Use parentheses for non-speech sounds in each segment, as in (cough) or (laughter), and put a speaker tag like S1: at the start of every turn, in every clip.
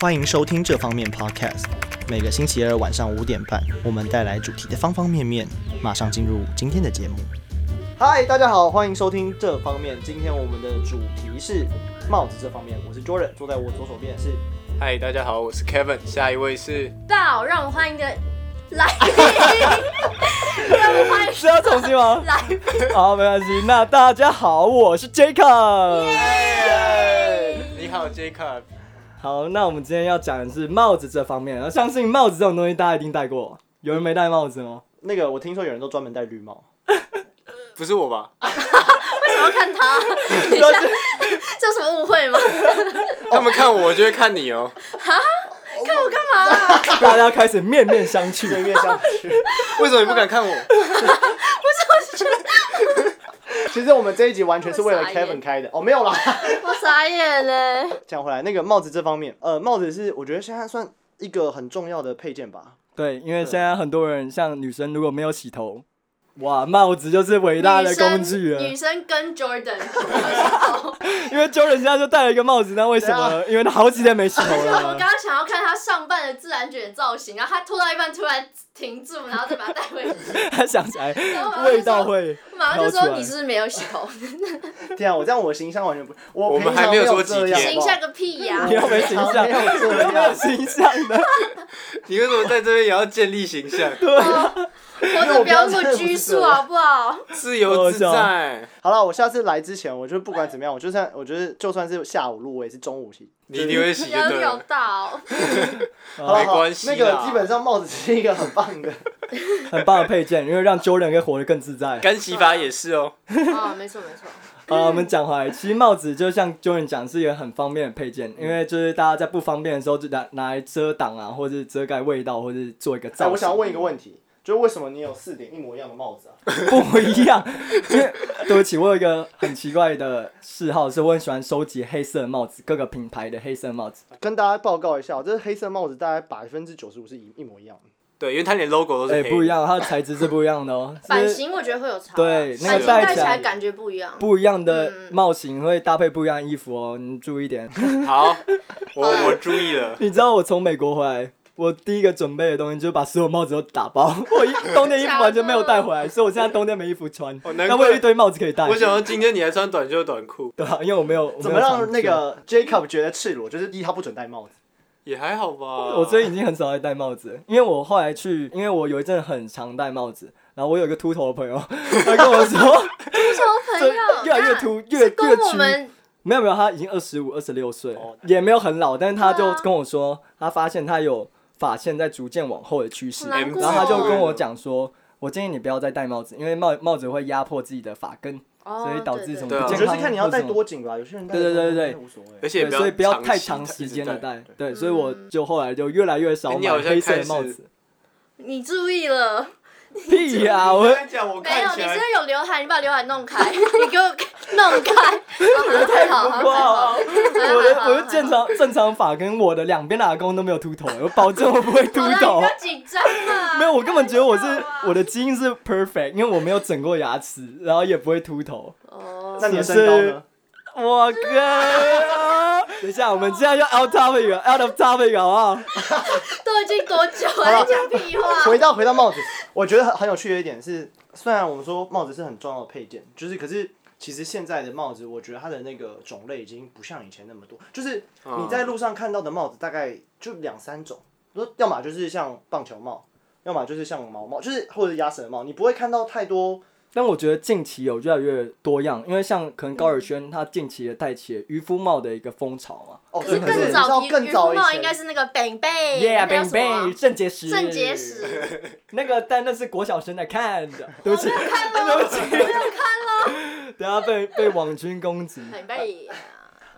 S1: 欢迎收听这方面 Podcast。每个星期二晚上五点半，我们带来主题的方方面面。马上进入今天的节目。嗨，大家好，欢迎收听这方面。今天我们的主题是帽子这方面，我是 Jordan，坐在我左手边是。
S2: 嗨，大家好，我是 Kevin，下一位是
S3: 到，让我们欢迎的来宾，让我们欢迎
S1: 是要重新
S3: (laughs)
S1: 吗？
S3: 来宾。
S1: 好，没关系。那大家好，我是 Jacob。
S2: 你好 Jacob，
S1: 好，那我们今天要讲的是帽子这方面。那相信帽子这种东西，大家一定戴过。有人没戴帽子吗？那个，我听说有人都专门戴绿帽。
S2: 不是我吧？
S3: 为什么要看他？等一下，这有什么误会吗？
S2: 他们看我就会看你哦，
S3: 看我干嘛？
S4: (laughs) 大家开始面面相觑。
S1: 对面相
S4: (laughs)
S1: 觑。
S2: 为什么你不敢看我？
S1: 其实我们这一集完全是为了
S3: 我傻眼
S1: Kevin 开的。哦，没有啦。 (laughs)
S3: 我傻眼嘞！
S1: 讲回来，那个帽子这方面，呃，帽子是我觉得现在算一个很重要的配件吧。
S4: 对，因为现在很多人像女生如果没有洗头，哇，帽子就是伟大的工具了。
S3: 女生跟 Jordan，
S4: 因为 Jordan 现在就戴了一个帽子，那为什
S1: 对啊
S4: 么？因为他好几天没洗头
S3: 就是 (laughs) 我
S4: 了
S3: 刚。刚想要看他上半的自然卷造型，然后他脱到一半突然停住，然后再把他带回去，
S4: 他想起来
S3: 然后马上就说
S4: 味道，会，
S3: 马上
S4: 飘
S3: 就
S4: 出
S3: 说
S4: 来
S3: 你是不是没有洗头？
S1: 天啊，我这样我形象完全不，我
S2: 我们
S1: 平常
S2: 还
S1: 没
S2: 没有说
S1: 这
S2: 几
S1: 样
S2: 天
S3: 形象个屁呀
S4: 你！又没形象，
S1: 没有这
S4: 你又没有形象的。
S2: 你为什么在这边也要建立形
S4: (laughs)
S2: 象？
S3: 活着不要这么拘束好不好？
S2: 自由自在，
S1: 好了，我下次来之前，我就不管怎么样，我就算我觉得就算是下午录，我也是中午洗。
S2: 你一定会洗就
S3: 压
S2: 对
S3: 力好
S2: 了。
S3: 大哦。
S1: 好啦
S2: 没关系
S1: 好
S2: 啦
S1: 那个基本上帽子是一个很棒的。
S4: 很棒的配件，因为让 Jordan 可以活得更自在。
S2: 干洗法也是哦，
S3: 啊，没错没错。
S4: 啊、我们讲回来，其实帽子就像 Jordan 讲是一个很方便的配件，因为就是大家在不方便的时候就拿拿来遮挡啊，或者遮盖味道，或者做一个
S1: 哎，
S4: 造
S1: 我
S4: 型
S1: 想要。问一个问题，就是为什么你有四顶一模一样的帽子啊？
S4: (laughs) 不一样。因为对不起，我有一个很奇怪的嗜好，是我很喜欢收集黑色的帽子，各个品牌的黑色帽子。
S1: 跟大家报告一下，这黑色帽子大概百分之九十五是一一模一样的。
S2: 对，因为它连 logo 都
S4: 哎、
S2: 是黑
S4: 不一
S2: 的。
S4: 样，它的材质是不一样的哦，
S3: (laughs) 版
S4: 是
S3: 型我觉得会有差啊，
S4: 对那
S2: 个
S3: 版型
S2: 戴
S3: 戴
S4: 起
S3: 起
S4: 来
S3: 来感觉不一样。
S4: 不一样的
S3: 嗯
S4: 帽型会搭配不一样的衣服哦，你注意一点。
S3: (laughs)
S2: 好，我我注意了。
S4: (laughs) 你知道我从美国回来，我第一个准备的东西就是把所有帽子都打包， (laughs) 我一冬天衣服完全没有带回来，所以我现在冬天没衣服穿，
S2: 哦难怪
S4: 但我有一堆帽子可以戴
S2: 我，想到今天你还穿短袖短裤，
S4: (laughs) 对吧、因为我没有我
S1: 怎
S4: 没
S1: 么
S4: 有长
S1: 让那
S4: 袖
S1: 个 Jacob 觉得赤裸？就是第一，他不准戴帽子。
S2: 也还好吧。
S4: 我最近已经很少在戴帽子了，因为我后来去，因为我有一阵很常戴帽子，然后我有一个秃头的朋友， (laughs) 他跟我
S3: (laughs)
S4: 说，
S3: 什么朋
S4: 这
S3: 友？
S4: 越来越
S3: 那
S4: 秃，越
S3: 跟
S4: 越
S3: 我
S4: 屈。
S3: 们
S4: 没有没有，他已经二十五、二十六岁了
S1: 哦，
S4: 也没有很老，但是他
S3: 对
S4: 就
S3: 啊
S4: 跟我说，他发现他有发线在逐渐往后的趋势，
S3: 好难
S4: 然
S3: 过
S4: 后他就跟我讲说。我建议你不要再戴帽子，因为帽帽子会压迫自己的发根，
S3: 哦
S4: 所以导致什么
S2: 对
S4: 不
S1: 我
S2: 对
S1: 觉
S4: 健
S1: 得
S4: 康
S1: 是看你要
S4: 或
S1: 戴
S4: 什么
S1: 多紧吧，有些人戴
S4: 啊对对对对
S1: 多紧无所谓。
S2: 而且
S4: 对，所以不要太长
S2: 长
S4: 时
S2: 期
S4: 间的戴，
S1: 对
S4: 对，所以我就后来就越来越少
S2: 哎你
S4: 买
S2: 好像
S4: 黑色
S2: 开
S4: 的
S2: 始
S4: 帽子。
S3: 你注意了，
S4: 屁呀、
S2: 我
S4: 我
S2: 跟你讲，我
S3: 没有，
S2: 看起
S3: 你是
S2: 来
S3: 不是有刘海，你把刘海弄 (laughs) 开，你给我弄开，哦还好还好，还好
S4: 哇！ (laughs) 我的我的正 (laughs) 常正常发跟我的两边的阿公都没有秃头，我保证我不会秃
S3: 好啦你
S4: 头
S3: 不。要紧张嘛。
S4: (laughs) 没有，我根本觉得我是
S3: 开玩笑啊
S4: 我的基因是 perfect，因为我没有整过牙齿，然后也不会秃头。
S3: 哦，
S1: 那你的身高
S4: 是
S1: 呢？
S4: 我靠！等一下，我们现在要 out topic 了，out of topic 好不好？
S3: 都已经多久了？你讲屁话。
S1: 回到回到帽子， (laughs) 我觉得很很有趣的一点是，虽然我们说帽子是很重要的配件，就是可是其实现在的帽子，我觉得它的那个种类已经不像以前那么多。就是
S4: 嗯
S1: 你在路上看到的帽子大概就两三种，说要么就是像棒球帽，要么就是像毛帽，就是或者鸭舌帽，你不会看到太多。
S4: 但我觉得近期有越来越多样，因为像可能高尔宣他近期也带起了渔夫帽的一个风潮嘛。
S1: 哦，
S3: 可是
S1: 真的
S3: 更
S1: 你知道
S3: 早，渔
S1: 更
S3: 渔
S1: 早
S3: 夫
S1: 以
S3: 帽
S1: 前
S3: 应该是那个 bang bang，
S4: Yeah,
S3: 那叫
S4: bang
S3: 什么
S4: bang，
S3: 啊
S4: 肾结石，
S3: 肾结石。
S4: 那个，但那是国小生在看的，对不起，
S3: 看喽，
S4: (laughs) 等下被被网军攻击。
S3: 很背。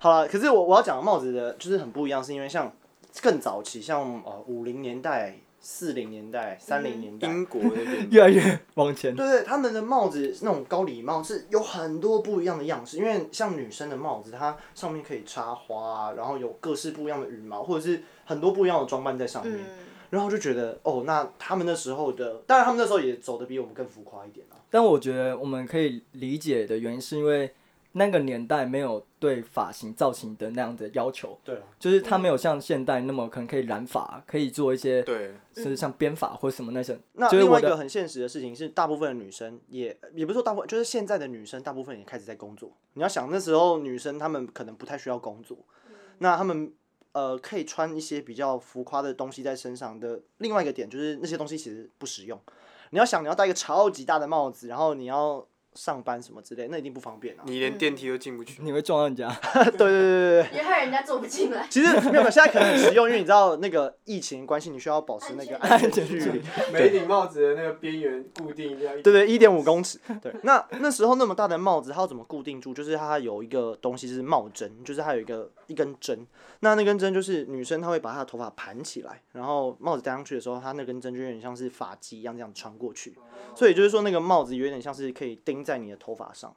S1: 好了，可是我我要讲的帽子的，就是很不一样，是因为像更早期，像呃五零年代、四零年代、三零年代，
S2: 英国那边，
S4: 越来越往前。
S1: (laughs) 对对，他们的帽子那种高礼帽是有很多不一样的样式，因为像女生的帽子，它上面可以插花、啊，然后有各式不一样的羽毛，或者是很多不一样的装扮在上面。
S3: 嗯，
S1: 然后我就觉得，哦，那他们那时候的，当然他们那时候也走的比我们更浮夸一点啊。
S4: 但我觉得我们可以理解的原因，是因为那个年代没有对发型造型的那样的要求，
S1: 对啊，
S4: 就是它没有像现代那么可能可以染发，可以做一些
S2: 对，
S3: 嗯
S4: 甚至像编发或什么那些。
S1: 那
S4: 就是
S1: 另
S4: 我
S1: 外一
S4: 的
S1: 个很现实的事情是，大部分的女生也也不是说大部分，就是现在的女生大部分也开始在工作。你要想那时候女生她们可能不太需要工作，那她们呃可以穿一些比较浮夸的东西在身上的。另外一个点就是那些东西其实不实用。你要想你要戴一个超级大的帽子，然后你要上班什么之类，那一定不方便啊。
S2: 你连电梯都进不去。
S4: 你会撞到人家，
S1: (laughs) 对对对对对。
S3: 也害人家走不进来。
S1: 其实没有，没有，现在可能很实用，因为你知道那个疫情关系，你需要保持那个
S3: 安
S1: 安全
S4: 全
S1: 距
S4: 距
S1: 离
S4: 离。
S2: 每顶帽子的那个边缘固定一定要一
S1: 对对，一点五公尺。对，那那时候那么大的帽子，它要怎么固定住？就是它有一个东西是帽针，就是它有一个一根针。那那根针就是女生她会把她的头发盘起来，然后帽子戴上去的时候，她那根针就有点像是发髻一样这样穿过去。所以就是说那个帽子有点像是可以钉在你的头发上。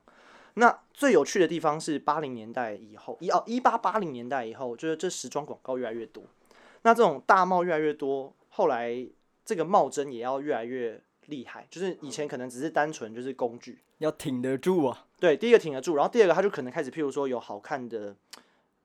S1: 那最有趣的地方是八零年代以后，一哦一八八零年代以后，就是这时装广告越来越多，那这种大帽越来越多，后来这个帽针也要越来越厉害，就是以
S4: 嗯
S1: 前可能只是单纯就是工具，
S4: 要挺得住啊！
S1: 对，第一个挺得住，然后第二个它就可能开始，譬如说有好看的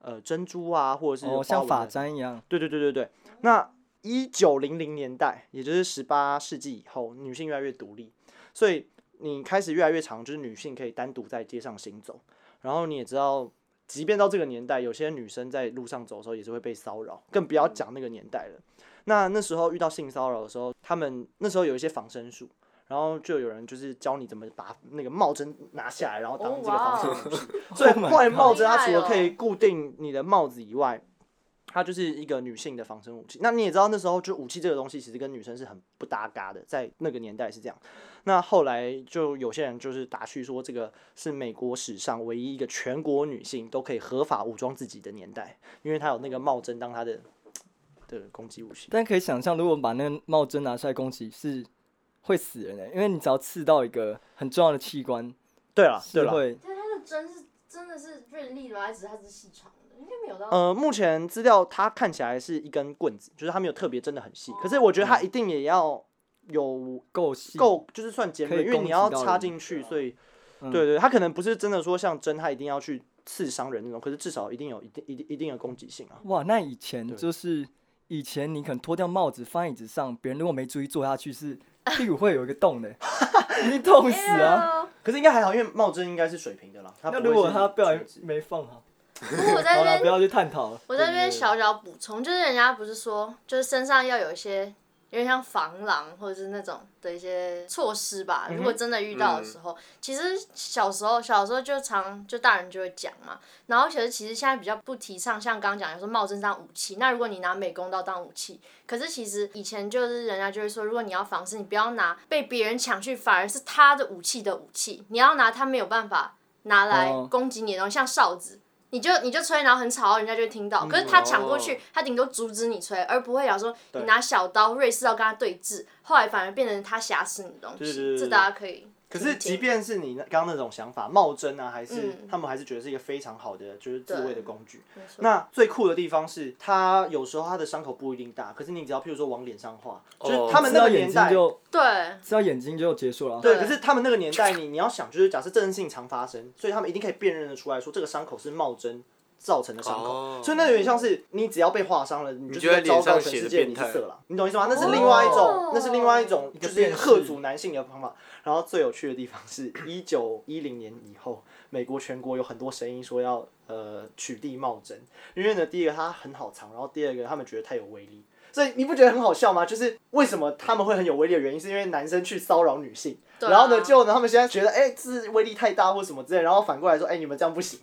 S1: 呃珍珠啊，或者是有
S4: 哦，
S1: 花
S4: 像
S1: 纹
S4: 发
S1: 的
S4: 簪一样，
S1: 对对对对对。那一九零零年代，也就是十八世纪以后，女性越来越独立，所以你开始越来越长，就是女性可以单独在街上行走。然后你也知道，即便到这个年代，有些女生在路上走的时候也是会被骚扰，更不要讲那个年代了。那那时候遇到性骚扰的时候，他们那时候有一些防身术，然后就有人就是教你怎么把那个帽针拿下来，然
S3: 哦
S1: 后当这个防身武器。 (laughs)
S4: (laughs)
S1: 所以
S4: Oh my
S1: 后来
S4: God
S1: 帽子它除了
S3: 好厉害哦
S1: 可以固定你的帽子以外，它就是一个女性的防身武器。那你也知道那时候就武器这个东西其实跟女生是很不搭嘎的，在那个年代是这样。那后来就有些人就是打趣说，这个是美国史上唯一一个全国女性都可以合法武装自己的年代，因为她有那个帽针当她的的攻击武器。
S4: 但可以想象，如果把那个帽针拿下来攻击，是会死人的，因为你只要刺到一个很重要的器官，
S1: 对了，啊对
S4: 是
S1: 了，
S4: 会
S3: 但它的针是真的是锐利的吗？还是它是细长的？应该没有
S4: 哦
S3: 到。
S1: 呃，目前资料它看起来是一根棍子，就是它没有特别真的很细，可是我觉得它一定也要有
S4: 够哦细。
S1: 够，就是算尖
S4: 可
S1: 锐，
S4: 以
S1: 因为
S4: 攻
S1: 你
S4: 击
S1: 要
S4: 到
S1: 插
S4: 人
S1: 进去，所以
S4: 嗯
S1: 对对，它可能不是真的说像针，它一定要去刺伤人那种，可是至少一定有一定一定一定的攻击性啊。
S4: 哇，那以前
S1: 对
S4: 就是以前你可能脱掉帽子放在椅子上，别人如果没注意坐下去是屁股会有一个洞的，一定痛死啊！
S3: 啊！
S1: 可是应该还好，因为帽针应该是水平的啦。它
S4: 那
S1: 不会
S4: 如果
S1: 是
S4: 他不小
S1: 垂直
S4: 心没放好，
S3: 不过我在
S4: 好
S3: 那
S4: 了，
S3: 边
S4: 不要去探讨了。
S3: 我在这边小小补充，就是人家不是说，就是身上要有一些有点像防狼或者是那种的一些措施吧。如果
S4: 嗯
S3: 真的遇到的时候，其实小时候小时候就常就大人就会讲嘛，然后其实其实现在比较不提倡，像刚刚讲的说帽针当武器。那如果你拿美工刀当武器，可是其实以前就是人家就会说，如果你要防身，你不要拿被别人抢去，反而是他的武器的武器，你要拿他没有办法拿来
S4: 哦
S3: 攻击你的东西，像哨子。你就你就吹，然后很吵，人家就会听
S1: 嗯
S3: 到。可是他抢过
S1: 哦
S3: 去，他顶多阻止你吹，而不会讲说你拿小刀、瑞士刀跟他对峙，后来反而变成他挟持你的东
S1: 对对对
S3: 西。
S1: 对
S3: 这大家可以。
S1: 可是，即便是你那刚刚那种想法，帽针啊，还是、
S3: 嗯
S1: 他们还是觉得是一个非常好的就是自卫的工具。
S3: 没错
S1: 那最酷的地方是，它有时候它的伤口不一定大，可是你只要譬如说往脸上画，就是他们
S4: 只
S2: 哦
S1: 那
S4: 要
S1: 个
S4: 眼
S1: 年
S4: 睛
S1: 代，
S4: 就
S3: 对，
S4: 只要眼睛哦就结束了啊。
S1: 对，
S3: 对
S1: 可是他们那个年代，你你要想，就是假设这件事情常发生，所以他们一定可以辨认得出来说这个伤口是冒针。造成的伤口
S2: 哦
S1: 所以那有点像是你只要被划伤了，你就
S2: 就在
S1: 是昭
S2: 脸
S1: 告
S2: 上
S1: 全
S2: 写
S1: 世
S2: 着
S1: 界你
S2: 变
S1: 是
S2: 态
S1: 色狼，你懂意思吗？那是另外一种
S3: 哦
S1: 那是另外一种
S4: 一个
S1: 就是
S4: 辨识
S1: 吓阻男性的方法。然后最有趣的地方是，一九一零年以后，美国全国有很多声音说要呃取缔帽针，因为呢，第一个它很好藏，然后第二个他们觉得太有威力。所以你不觉得很好笑吗？就是为什么他们会很有威力的原因，是因为男生去骚扰女性，
S3: 对啊
S1: 然后呢，就呢，他们现在觉得哎、这是威力太大或什么之类，然后反过来说，哎、你们这样不行，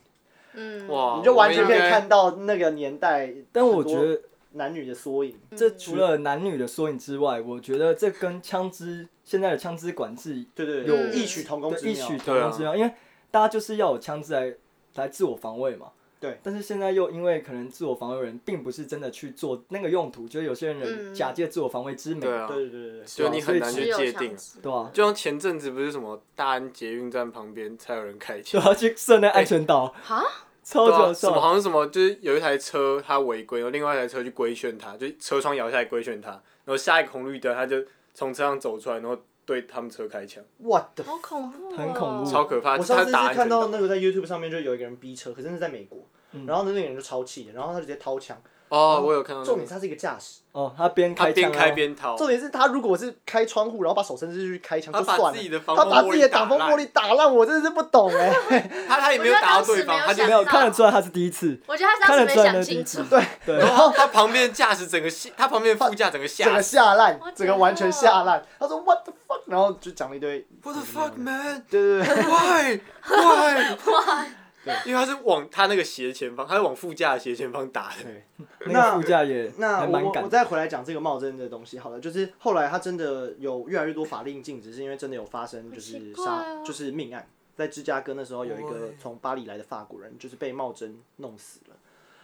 S3: 嗯，
S2: 哇，
S4: 哦
S1: 你就完全可以
S2: 我们应该
S1: 看到那个年代，
S4: 但我觉
S3: 嗯
S4: 得
S1: 男女的缩影。
S4: 这除了男女的缩影之外，我觉得这跟枪支现在的枪支管制
S1: 对对
S3: 有
S1: 异曲同工之
S4: 对异
S1: 妙。
S4: 曲同工之妙，因为大家就是要有枪支来来自我防卫嘛。
S1: 对。
S4: 但是现在又因为可能自我防卫人并不是真的去做那个用途，就是有些人
S3: 嗯
S4: 假借自我防卫之名，
S2: 对啊，
S1: 对对对对，
S2: 就你很难
S3: 只
S2: 去
S3: 有
S2: 界
S3: 强
S2: 定。
S3: 制
S4: 对吧、
S2: 就像前阵子不是什么大安捷运站旁边才有人开
S4: 就
S1: (laughs)
S2: 枪，
S4: 要去设那安全岛，
S3: 哈，
S1: 哦
S4: 超
S2: 对
S4: 级好
S2: 啊，什么
S4: 笑。
S2: 好像什么就是有一台车他违规，然后另外一台车去规劝他，就车窗摇下来规劝他，然后下一个红绿灯他就从车上走出来，然后对他们车开枪，
S1: 我的，
S3: 好恐怖、哦，
S4: 很恐怖
S2: 超可怕。
S1: 嗯我上
S2: 啊他
S1: 次
S2: 打
S1: 是
S2: 安全
S1: 看到
S2: 岛，
S1: 那个在 YouTube 上面就有一个人逼车，可是那是在美国，然后那个人就超气的，然后他就直接掏枪，
S2: 哦，我有看到那
S1: 重点
S2: 个，
S1: 是他是一个驾驶，
S4: 哦，他边
S2: 他
S4: 开
S2: 边
S4: 枪
S2: 开
S4: 啊
S2: 边逃，
S1: 重点是他如果是开窗户，然后把手伸进去开枪
S2: 他
S1: 就
S2: 把
S1: 算了，
S2: 自己的防
S1: 他把
S2: 风
S1: 自己
S2: 玻
S1: 的
S2: 璃
S1: 挡
S2: 打
S1: 风玻
S2: 烂
S1: 璃打烂，我真的是不懂哎、
S2: (laughs) 他他也没有
S3: 我觉得
S2: 打到
S3: 当时
S2: 对方，
S3: 没有
S2: 他就
S3: 想
S4: 没有看得出来他是第一次，
S3: 我觉得他当时没想清楚，
S1: 对，
S4: 对，
S2: 然后他旁边的驾驶整个吓，他旁边的副驾整个
S1: 整
S2: 吓
S1: 个
S2: 死。
S1: 下烂
S3: 我，
S1: 整个完全下烂。他说 What the fuck，然后就讲了一堆，
S2: What the fuck man？
S1: 对对对，
S2: Why
S3: (laughs)
S2: Why Why？因为他是往他那个斜前方，他是往副驾的斜前方打的。
S1: 对
S4: 那个副驾也
S1: 那
S4: 还
S1: 我
S4: 蛮
S1: 我
S4: 敢
S1: 我，再回来讲这个茂贞的东西好了，就是后来他真的有越来越多法令禁止，是因为真的有发生就
S3: 好奇
S1: 是
S3: 怪
S1: 杀、
S3: 哦
S1: 就是命案，在芝加哥那时候有一
S2: 哇
S1: 个从巴黎来的法国人，就是被茂贞弄死了，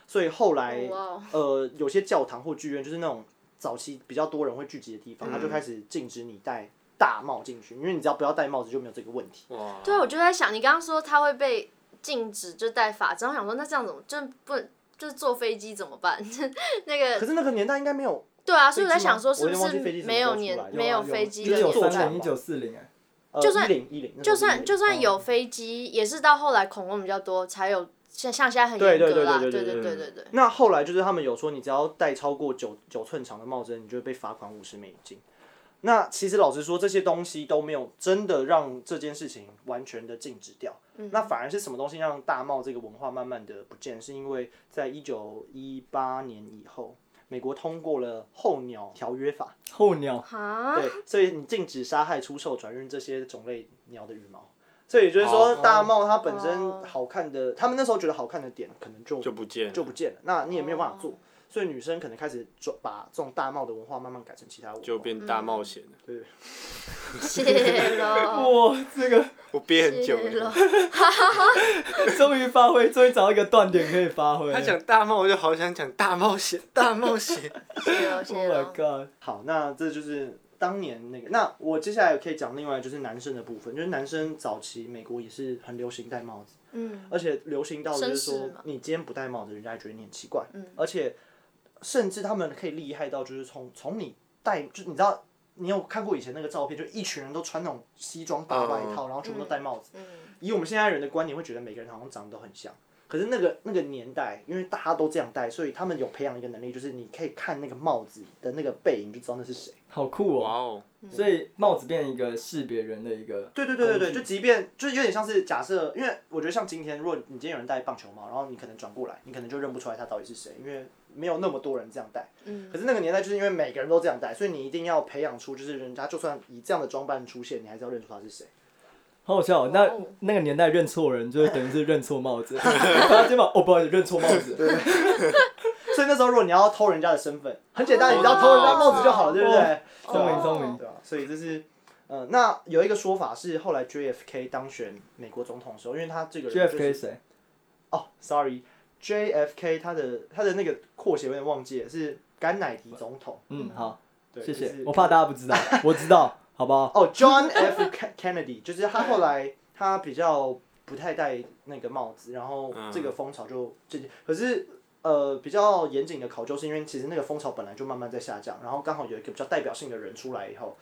S1: 所以后来
S3: 哇哦
S1: 呃有些教堂或剧院，就是那种早期比较多人会聚集的地方，他就
S4: 嗯
S1: 开始禁止你戴大帽进去，因为你只要不要戴帽子就没有这个问题。
S2: 哇！
S3: 对，我就在想，你刚刚说他会被禁止就戴法杖，我想说那这样怎么就不能就是坐飞机怎么办？ (laughs) 那
S1: 可
S3: 个
S1: 是那个年代应该没有
S3: 对啊，所以我在
S1: 飞机吗
S3: 想说是
S1: 我有
S3: 不
S1: 点忘记飞机
S3: 是
S1: 什
S3: 没
S1: 么时候
S3: 有
S1: 出
S3: 年
S1: 来
S3: 没有
S4: 有
S3: 飞机
S4: 一
S3: 的
S4: 九
S3: 年
S1: 作
S4: 三
S1: 战
S3: 代
S4: 零一
S1: 吧
S4: 九四零哎，
S3: 就算
S1: 呃一零一零，嗯那时哦
S3: 就
S1: 候
S3: 算
S1: 10
S3: 就算有飞机，也是到后来恐龙比较多，才有像像现在很严
S1: 对对
S3: 格啦，
S1: 对
S3: 对对
S1: 对对对
S3: 对
S2: 对
S3: 对对。
S1: 那后来就是他们有说，你只要戴超过九九寸长的帽针，你就会被罚款五十美金。那其实老实说，这些东西都没有真的让这件事情完全的禁止掉。那反而是什么东西让大帽这个文化慢慢的不见？是因为在一九一八年以后，美国通过了《候鸟条约法
S4: 候鸟》，
S3: 啊，
S1: 对，所以你禁止杀害、出售、转运这些种类鸟的羽毛。所以也就是说，
S2: 哦
S1: 大帽它本身
S3: 哦
S1: 好看的，他们那时候觉得好看的点，可能就
S2: 就不见了。
S1: 就不见了，那你也没有办法做，所以女生可能开始转把这种大帽的文化慢慢改成其他文化。
S2: 就变大冒险了。
S3: 谢喽，
S1: (laughs)
S4: 哇，这个
S2: 我憋很久
S3: 谢喽
S2: 了。，
S4: 终于发挥，终于找到一个断点可以发挥了。
S2: 他讲大冒，我就好想讲大冒险，大冒险。
S3: 谢喽，
S4: Oh
S3: 谢
S4: my
S3: 喽。
S4: god！
S1: 好，那这就是当年那个。那我接下来可以讲另外就是男生的部分，就是男生早期美国也是很流行戴帽子，
S3: 嗯，
S1: 而且流行到就是
S3: 绅士
S1: 说
S3: 嘛
S1: 你今天不戴帽子，人家还觉得你很奇怪，
S3: 嗯
S1: 而且甚至他们可以厉害到就是从从你戴，就你知道。你有看过以前那个照片，就一群人都穿那种西装大外套，然后全部都戴帽子。
S3: 嗯，
S1: 以我们现在人的观点，会觉得每个人好像长得都很像。可是那个那个年代，因为大家都这样戴，所以他们有培养一个能力，就是你可以看那个帽子的那个背影，就知道那是谁。
S4: 好酷
S2: 哇
S4: 哦！
S2: 哦！
S4: 所以帽子变一个识别人的一个，
S1: 对对对对对，哦就即便就是有点像是假设，因为我觉得像今天，如果你今天有人戴棒球帽，然后你可能转过来，你可能就认不出来他到底是谁，因为没有那么多人这样戴。
S3: 嗯
S1: 可是那个年代就是因为每个人都这样戴，所以你一定要培养出，就是人家就算以这样的装扮出现，你还是要认出他是谁。
S4: 好好笑哦。
S3: 哇
S4: 那
S3: 哦
S4: 那个年代认错人，就是等于是认错
S1: (laughs)
S4: 帽子，他肩膀哦，不好意思，认错帽子。
S1: 所以那时候如果你要偷人家的身份，很简单，你只要偷人家帽子就好了，对不对？
S4: 聪明聪
S3: 哦
S4: 明，
S1: 对啊，所以这是，呃，那有一个说法是，后来 JFK 当选美国总统的时候，因为他这个人、就是、
S4: JFK 谁？
S1: 哦，sorry，JFK 他的他的那个扩写有点忘记了，是甘乃迪总统，
S4: 嗯，好，
S1: 对，
S4: 谢
S1: 就
S4: 谢。
S1: 是
S4: 我怕大家不知道，我知道，好不好？
S1: 哦，John F. Ken- (laughs) Kennedy，就是他后来他比较不太戴那个帽子，然后
S2: 嗯
S1: 这个风潮就渐渐，可是。呃，比较严谨的考究是因为其实那个风潮本来就慢慢在下降，然后刚好有一个比较代表性的人出来以后，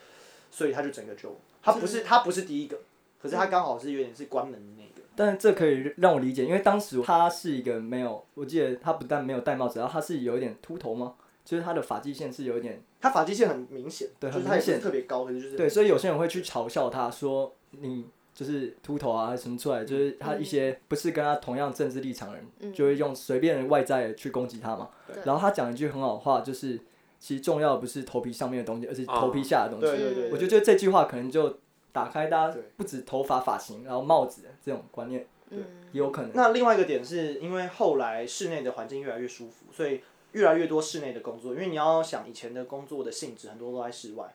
S1: 所以他就整个就他不是他不是第一个，可是他刚好是有点是关门的那个，
S4: 但这可以让我理解，因为当时他是一个没有，我记得他不但没有戴帽子，然后他是有一点秃头吗？就是他的发际线是有一点
S1: 他发际线很明显，
S4: 对
S1: 就是
S4: 很
S1: 他也
S4: 明
S1: 不
S4: 显
S1: 是特别高，可是就是
S4: 对，所以有些人会去嘲笑他说你就是秃头啊什么出来，
S1: 嗯
S4: 就是他一些不是跟他同样政治立场的人，
S3: 嗯
S4: 就会用随便的外在去攻击他嘛。然后他讲一句很好的话，就是其实重要的不是头皮上面的东西，而是
S1: 啊
S4: 头皮下的东西。
S1: 对对对，
S4: 我觉得这句话可能就打开大家
S1: 对
S4: 不止头发、发型，然后帽子这种观念，
S3: 嗯，
S4: 也有可能。
S1: 那另外一个点是因为后来室内的环境越来越舒服，所以越来越多室内的工作。因为你要想以前的工作的性质，很多都在室外。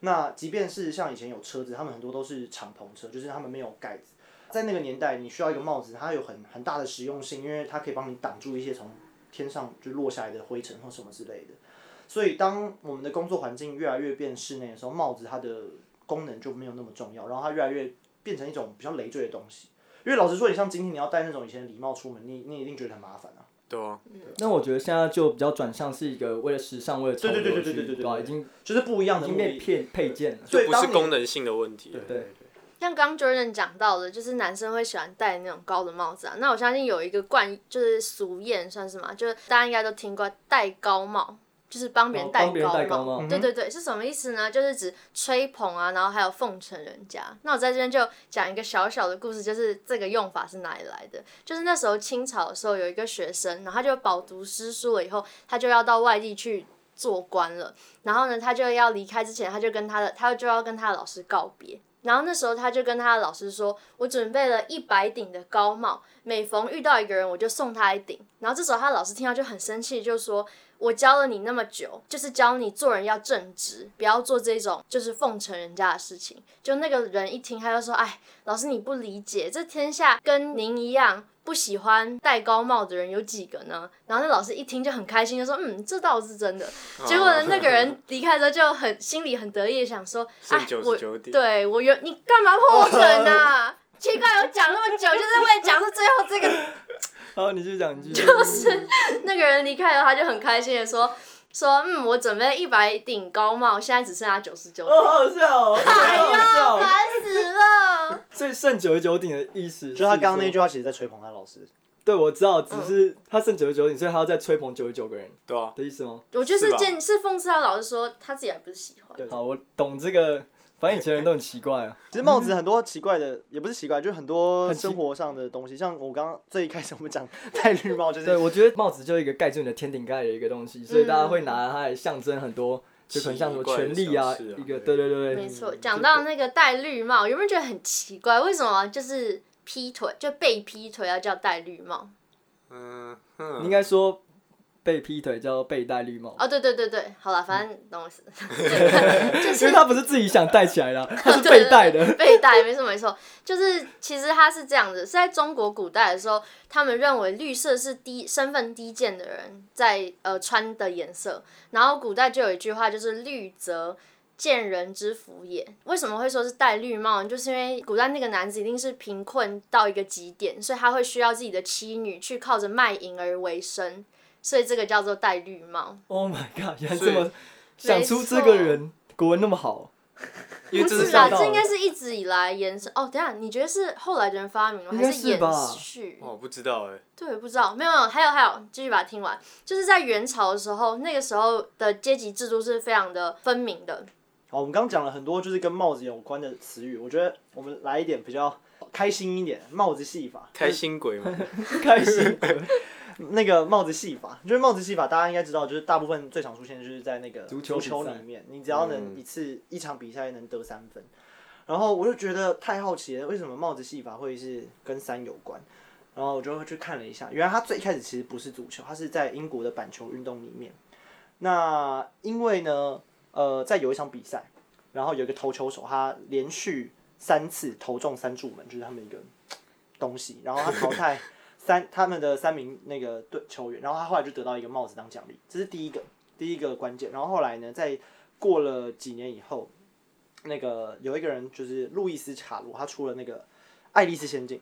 S1: 那即便是像以前有车子，他们很多都是敞篷车，就是他们没有盖子。在那个年代，你需要一个帽子，它有很很大的实用性，因为它可以帮你挡住一些从天上就落下来的灰尘或什么之类的。所以，当我们的工作环境越来越变室内的时候，帽子它的功能就没有那么重要，然后它越来越变成一种比较累赘的东西。因为老实说，你像今天你要戴那种以前的礼帽出门，你你一定觉得很麻烦啊。
S2: 对啊，
S4: 那我觉得现在就比较转向是一个为了时尚，为了潮流
S1: 对对对对
S4: 去
S1: 对对对
S4: 吧
S1: 对
S4: 已经
S1: 就是不一样
S4: 已
S1: 的
S4: 经
S1: 目
S4: 被
S1: 的。
S4: 配配件了。
S1: 对，
S2: 不是
S1: 当你
S2: 功能性的问题
S1: 对。
S4: 对
S1: 对
S3: 像刚 Jordan 讲到的，就是男生会喜欢戴那种高的帽子啊。那我相信有一个惯，就是俗谚算是嘛，就是大家应该都听过戴高帽，就是帮别人
S4: 哦
S3: 戴
S4: 帮别人戴高帽
S3: 对对对，是什么意思呢？就是指吹捧啊，然后还有奉承人家。那我在这边就讲一个小小的故事，就是这个用法是哪里来的？就是那时候清朝的时候，有一个学生，然后他就饱读诗书了以后，他就要到外地去做官了。然后呢，他就要离开之前，他就跟他的他就要跟他的老师告别。然后那时候他就跟他的老师说：“我准备了一百顶的高帽，每逢遇到一个人，我就送他一顶。”然后这时候他的老师听到就很生气，就说：“我教了你那么久，就是教你做人要正直，不要做这种就是奉承人家的事情。”就那个人一听，他就说：“哎，老师你不理解，这天下跟您一样不喜欢戴高帽的人有几个呢？”然后那老师一听就很开心，就说：“嗯，这倒是真的。”结果呢，那个人离开之后就很心里很得意，想说：“
S2: 剩
S3: 哎，我
S2: 99点
S3: 对我原你干嘛破我梗啊？奇怪，我讲那么久，就是为了讲出最后这个。
S4: 好，你继续讲，你继续讲。
S3: 那个人离开了，他就很开心的说。”说嗯，我准备一百顶高帽，现在只剩下九十九，
S4: 哦，好笑哦，好
S1: 哦
S4: 笑。
S3: 烦死了。
S4: 所以剩九十九顶的意思，
S1: 就是他刚刚那句，话，其实在吹捧他老师。
S4: 对我知道，只是他剩九十九顶，所以他要再吹捧九十九个人
S2: 对啊，
S4: 的意思吗？
S3: 我就是
S2: 吧
S3: 见是讽刺他老师说他自己还不是喜欢，
S1: 对
S4: 好，我懂这个，反正以前人都很奇怪啊。
S1: 其实帽子很多奇怪的，也不是奇怪，就是很多
S4: 很奇
S1: 生活上的东西，像我刚刚最一开始我们讲 (laughs) 戴绿帽，就是
S4: 对，我觉得帽子就是一个盖住你的天顶盖的一个东西，所以大家会
S1: 嗯
S4: 拿它来象征很多，就可能像什么权力啊，
S2: 奇怪的小事啊
S4: 一个对对
S2: 对
S4: 对
S3: 没
S4: 对，
S3: 错。讲到那个戴绿帽，有没有觉得很奇怪？为什么就是劈腿就被劈腿要叫戴绿帽？
S2: 嗯，
S4: 你
S2: 哼
S4: 应该说被劈腿叫被戴绿帽。啊
S3: 哦，对对对对，好了，反正懂我意思。
S4: 因为他不是自己想戴起来的啊， (laughs) 他是被戴
S3: (laughs)
S4: 的。
S3: 被戴，没错没错，就是其实它是这样子，是在中国古代的时候，他们认为绿色是低身份低贱的人在呃穿的颜色，然后古代就有一句话就是“绿则贱人之福也”。为什么会说是戴绿帽呢？就是因为古代那个男子一定是贫困到一个极点，所以他会需要自己的妻女去靠着卖淫而为生，所以这个叫做戴绿帽。
S4: Oh my god，原来
S2: 所以
S4: 这么想出这个人，国文那么好，
S2: 因为这
S3: 不
S2: 是
S3: 是啊，
S4: 上
S2: 上
S4: 道
S3: 这
S4: 了
S3: 应该是一直以来延伸。哦，等一下，你觉得是后来的人发明吗？
S4: 应该
S3: 还
S4: 是
S3: 延
S4: 吧
S3: 续？
S2: 哦，我不知道哎，
S3: 对，不知道，没有，没有，还有还有，继续把它听完。就是在元朝的时候，那个时候的阶级制度是非常的分明的。
S1: 好，我们刚刚讲了很多就是跟帽子有关的词语，我觉得我们来一点比较开心一点，帽子戏法。
S2: 开心鬼嘛，
S4: 开心。
S1: 那个帽子戏法，就是帽子戏法，大家应该知道，就是大部分最常出现就是在那个
S4: 足
S1: 足
S4: 球比赛
S1: 球里面，你只要能一次、一场比赛能得三分。然后我就觉得太好奇了，为什么帽子戏法会是跟三有关？然后我就去看了一下，原来它最一开始其实不是足球，它是在英国的板球运动里面。那因为呢，呃，在有一场比赛，然后有一个投球手，他连续三次投中三柱门，就是他们一个东西，然后他淘汰三他们的三名那个队球员，然后他后来就得到一个帽子当奖励，这是第一个第一个关键。然后后来呢，在过了几年以后，那个有一个人就是路易斯卡罗，他出了那个《爱丽丝仙境》，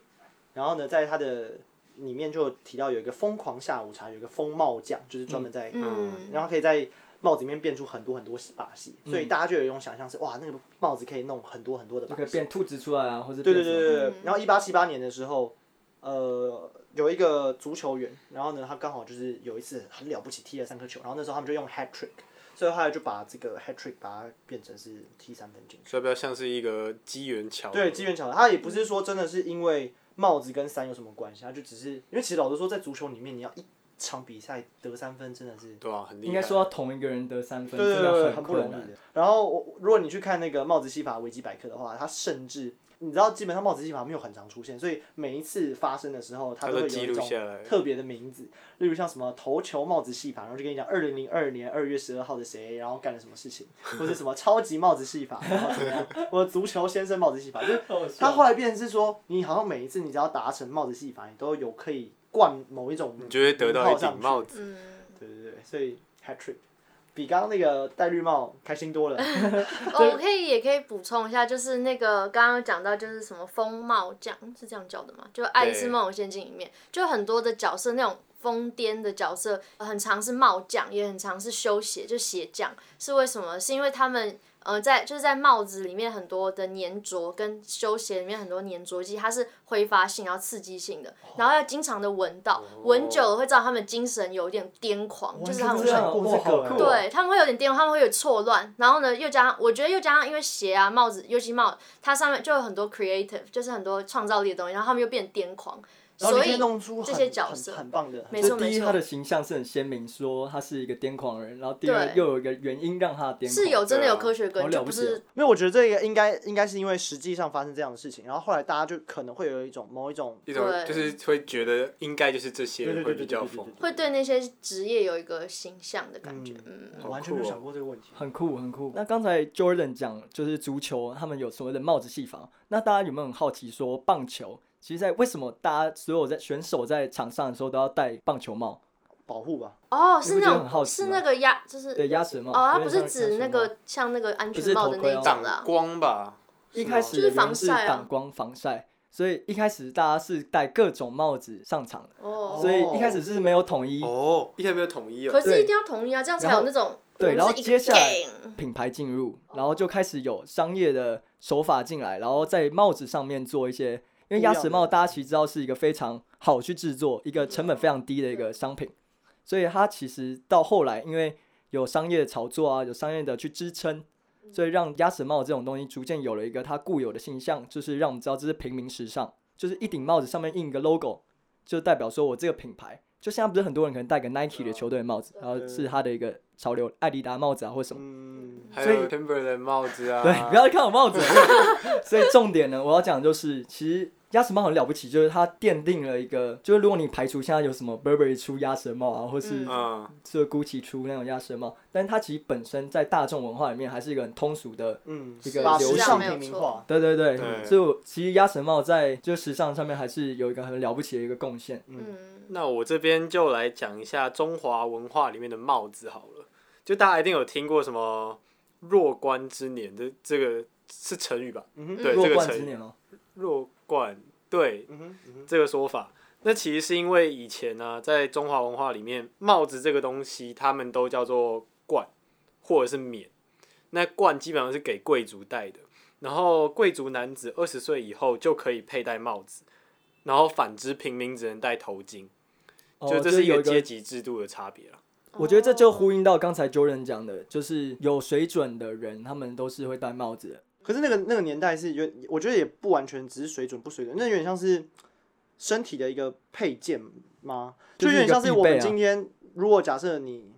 S1: 然后呢，在他的里面就提到有一个疯狂下午茶，有一个疯帽匠，就是专门在
S3: 嗯，
S1: 然后可以在帽子里面变出很多很多把戏，
S4: 嗯
S1: 所以大家就有一种想象是哇，那个帽子可以弄很多很多的
S4: 就
S1: 把
S4: 可以
S1: 戏。
S4: 变兔子出来啊，或者
S1: 对
S4: 变嗯
S1: 对
S4: 什么
S1: 对对对。然后一八七八年的时候，呃，有一个足球员，然后呢，他刚好就是有一次很了不起踢了三颗球，然后那时候他们就用 hat trick，所以后来就把这个 hat trick 把它变成是踢三分进去。
S2: 所以不要像是一个机缘巧合
S1: 对，机缘巧合，他也不是说真的是因为帽子跟三有什么关系，他就只是因为其实老实说，在足球里面你要一场比赛得三分真的是。
S2: 对啊，很厉害。
S4: 应该说要同一个人得三分，
S1: 对
S4: 真
S1: 对对，
S4: 的
S1: 很不容
S4: 困
S1: 易
S4: 难。
S1: 的。然后我如果你去看那个帽子戏法维基百科的话，它甚至你知道，基本上帽子戏法没有很常出现，所以每一次发生的时候，
S2: 它
S1: 它都会
S2: 都
S1: 有
S2: 记
S1: 一
S2: 录
S1: 种
S2: 下来
S1: 特别的名字，例如像什么头球帽子戏法，然后就跟你讲二零零二年二月十二号的谁，然后干了什么事情，或者什么超级帽子戏法，然后怎么样，我足球先生帽子戏法，就是它后来变成是说，你好像每一次你只要达成帽子戏法，你都有可以冠某一种，
S2: 你就会得到一顶帽子。
S3: 嗯，
S1: 对对对，所以 hat trick 比刚刚那个戴绿帽开心多了。
S3: (laughs) 哦，我可以也可以补充一下，就是那个刚刚有讲到就是什么风帽匠是这样叫的吗？就《爱丽丝梦游仙境》里面就很多的角色那种疯癫的角色，呃很常是帽匠，也很常是修鞋，就鞋匠。是为什么？是因为他们呃，在就是在帽子里面很多的粘着，跟修鞋里面很多粘着剂，它是挥发性，然后刺激性的，然后要经常的闻到，闻久了会知道他们精神有点癫狂，就是他们
S4: 我
S3: 会
S4: 没有想过
S1: 哇
S4: 这个
S1: 好酷哦
S4: 欸
S3: 对他们会有点颠，他们会有错乱，然后呢，又加上我觉得又加上因为鞋啊、帽子，尤其帽，它上面就有很多 creative，就是很多创造力的东西，然后他们又变癫狂，
S4: 然后
S3: 所
S4: 你可以
S3: 以
S4: 弄出
S3: 这
S4: 很
S3: 些角
S4: 很
S3: 色
S4: 很棒的，
S3: 没
S1: 就
S3: 错
S1: 第
S3: 没
S1: 一，
S3: 错
S1: 他的形象是很鲜明，说他是一个癫狂的人，然后第二
S3: 对
S1: 又有一个原因让他癫狂，
S3: 是有真的
S2: 对啊
S3: 有科学根
S1: 好
S3: 据，
S1: 了
S3: 就不
S1: 不起
S3: 是
S4: 没有，我觉得这个应该应该是因为实际上发生这样的事情，然后后来大家就可能会有一种某一种
S2: 一种
S3: 对
S2: 就是会觉得应该就是这些
S4: 对对
S2: 人
S4: 对
S2: 会
S4: 对
S2: 比
S4: 对
S2: 较
S4: 对对
S2: 疯。
S3: 会对那些职业有一个形象的感觉，嗯，
S4: 对，
S2: 好
S4: 完全没有
S2: 酷哦
S4: 想过这个问题。
S1: 很酷很酷。那刚才 Jordan 讲就是足球，他们有所谓的帽子戏法，那大家有没有很好奇说棒球？其实在为什么大家所有在选手在场上的时候都要戴棒球帽？
S4: 保护吧，
S3: 哦，
S1: 你
S3: 是
S1: 不觉
S3: 那
S1: 得很好
S3: 种
S1: 奇
S3: 是
S1: 吗
S3: 那个鸭，就是
S1: 对，鸭舌帽。
S3: 哦，它
S1: 有
S3: 不
S1: 点像
S3: 是指
S1: 鸭舌
S3: 那
S1: 帽
S3: 个像那个安
S1: 不
S3: 全
S1: 是
S3: 帽
S1: 头
S3: 的那
S1: 盔
S3: 一
S1: 哦
S3: 种啦
S2: 挡，光吧，
S1: 一开始
S3: 就
S1: 的
S3: 是
S1: 原因
S3: 防
S1: 是
S3: 晒啊
S1: 挡光防晒，所以一开始大家是戴各种帽子上场的，
S3: 哦，
S1: 所以一开始是没有统一
S2: 哦，一开始没有统一
S3: 可
S2: 哦，
S3: 是一定要统一啊，这样才有那种
S1: 对，然后
S3: 我们是一个
S1: 接下来嗯
S3: gang
S1: 品牌进入，然后就开始有商业的手法进来，然后在帽子上面做一些，因为鸭舌帽大家其实知道是一个非常好去制作、一个成本非常低的一个商品，所以它其实到后来因为有商业的炒作啊，有商业的去支撑。所以让鸭舌帽这种东西逐渐有了一个它固有的形象，就是让我们知道这是平民时尚，就是一顶帽子上面印一个 logo，就代表说我这个品牌。就现在不是很多人可能戴个 Nike 的球队的帽子，然后是它的一个潮流，艾迪达帽子啊或什么。
S4: 嗯，
S2: 还
S1: 所以
S2: 有 Timberland 帽子啊，
S1: 对，不要看我帽子。
S2: (laughs)
S1: 所以重点呢，我要讲的就是，其实鸭舌帽很了不起，就是它奠定了一个，就是如果你排除现在有什么 Burberry 出鸭舌帽啊，或是
S3: 嗯
S2: 嗯，
S1: 这 Gucci 出那种鸭舌帽，但它其实本身在大众文化里面还是一个很通俗的。
S4: 嗯
S1: 一个
S4: 把
S1: 流
S4: 时
S1: 向
S4: 尚
S3: 没有
S4: 平民
S3: 错
S4: 化，
S1: 对对对，
S2: 对
S1: 所以我其实鸭舌帽在就时尚上面还是有一个很了不起的一个贡献。
S3: 嗯，
S2: 那我这边就来讲一下中华文化里面的帽子好了，就大家一定有听过什么“弱冠之年”这这个是成语吧？
S4: 嗯哼
S2: 对，
S1: 弱
S2: 这个
S1: 冠之
S2: 成语
S1: 年哦，
S2: “弱冠”对
S4: 嗯哼嗯哼，
S2: 这个说法。那其实是因为以前呢、在中华文化里面，帽子这个东西他们都叫做冠或者是冕。那冠基本上是给贵族戴的，然后贵族男子二十岁以后就可以佩戴帽子，然后反之平民只能戴头巾。
S1: 哦
S2: 就这
S1: 就是
S2: 一
S1: 有
S2: 个
S1: 一个
S2: 阶级制度的差别了。
S1: 我觉得这
S3: 哦
S1: 就呼应到刚才 Jordan 讲的，就是有水准的人，他们都是会戴帽子的。
S4: 可是那个那个年代是有，我觉得也不完全只是水准不水准，那有点像是身体的一个配件吗？就
S1: 就是
S4: 有点像是我
S1: 一个
S4: 们
S1: 必备啊
S4: 今天，如果假设你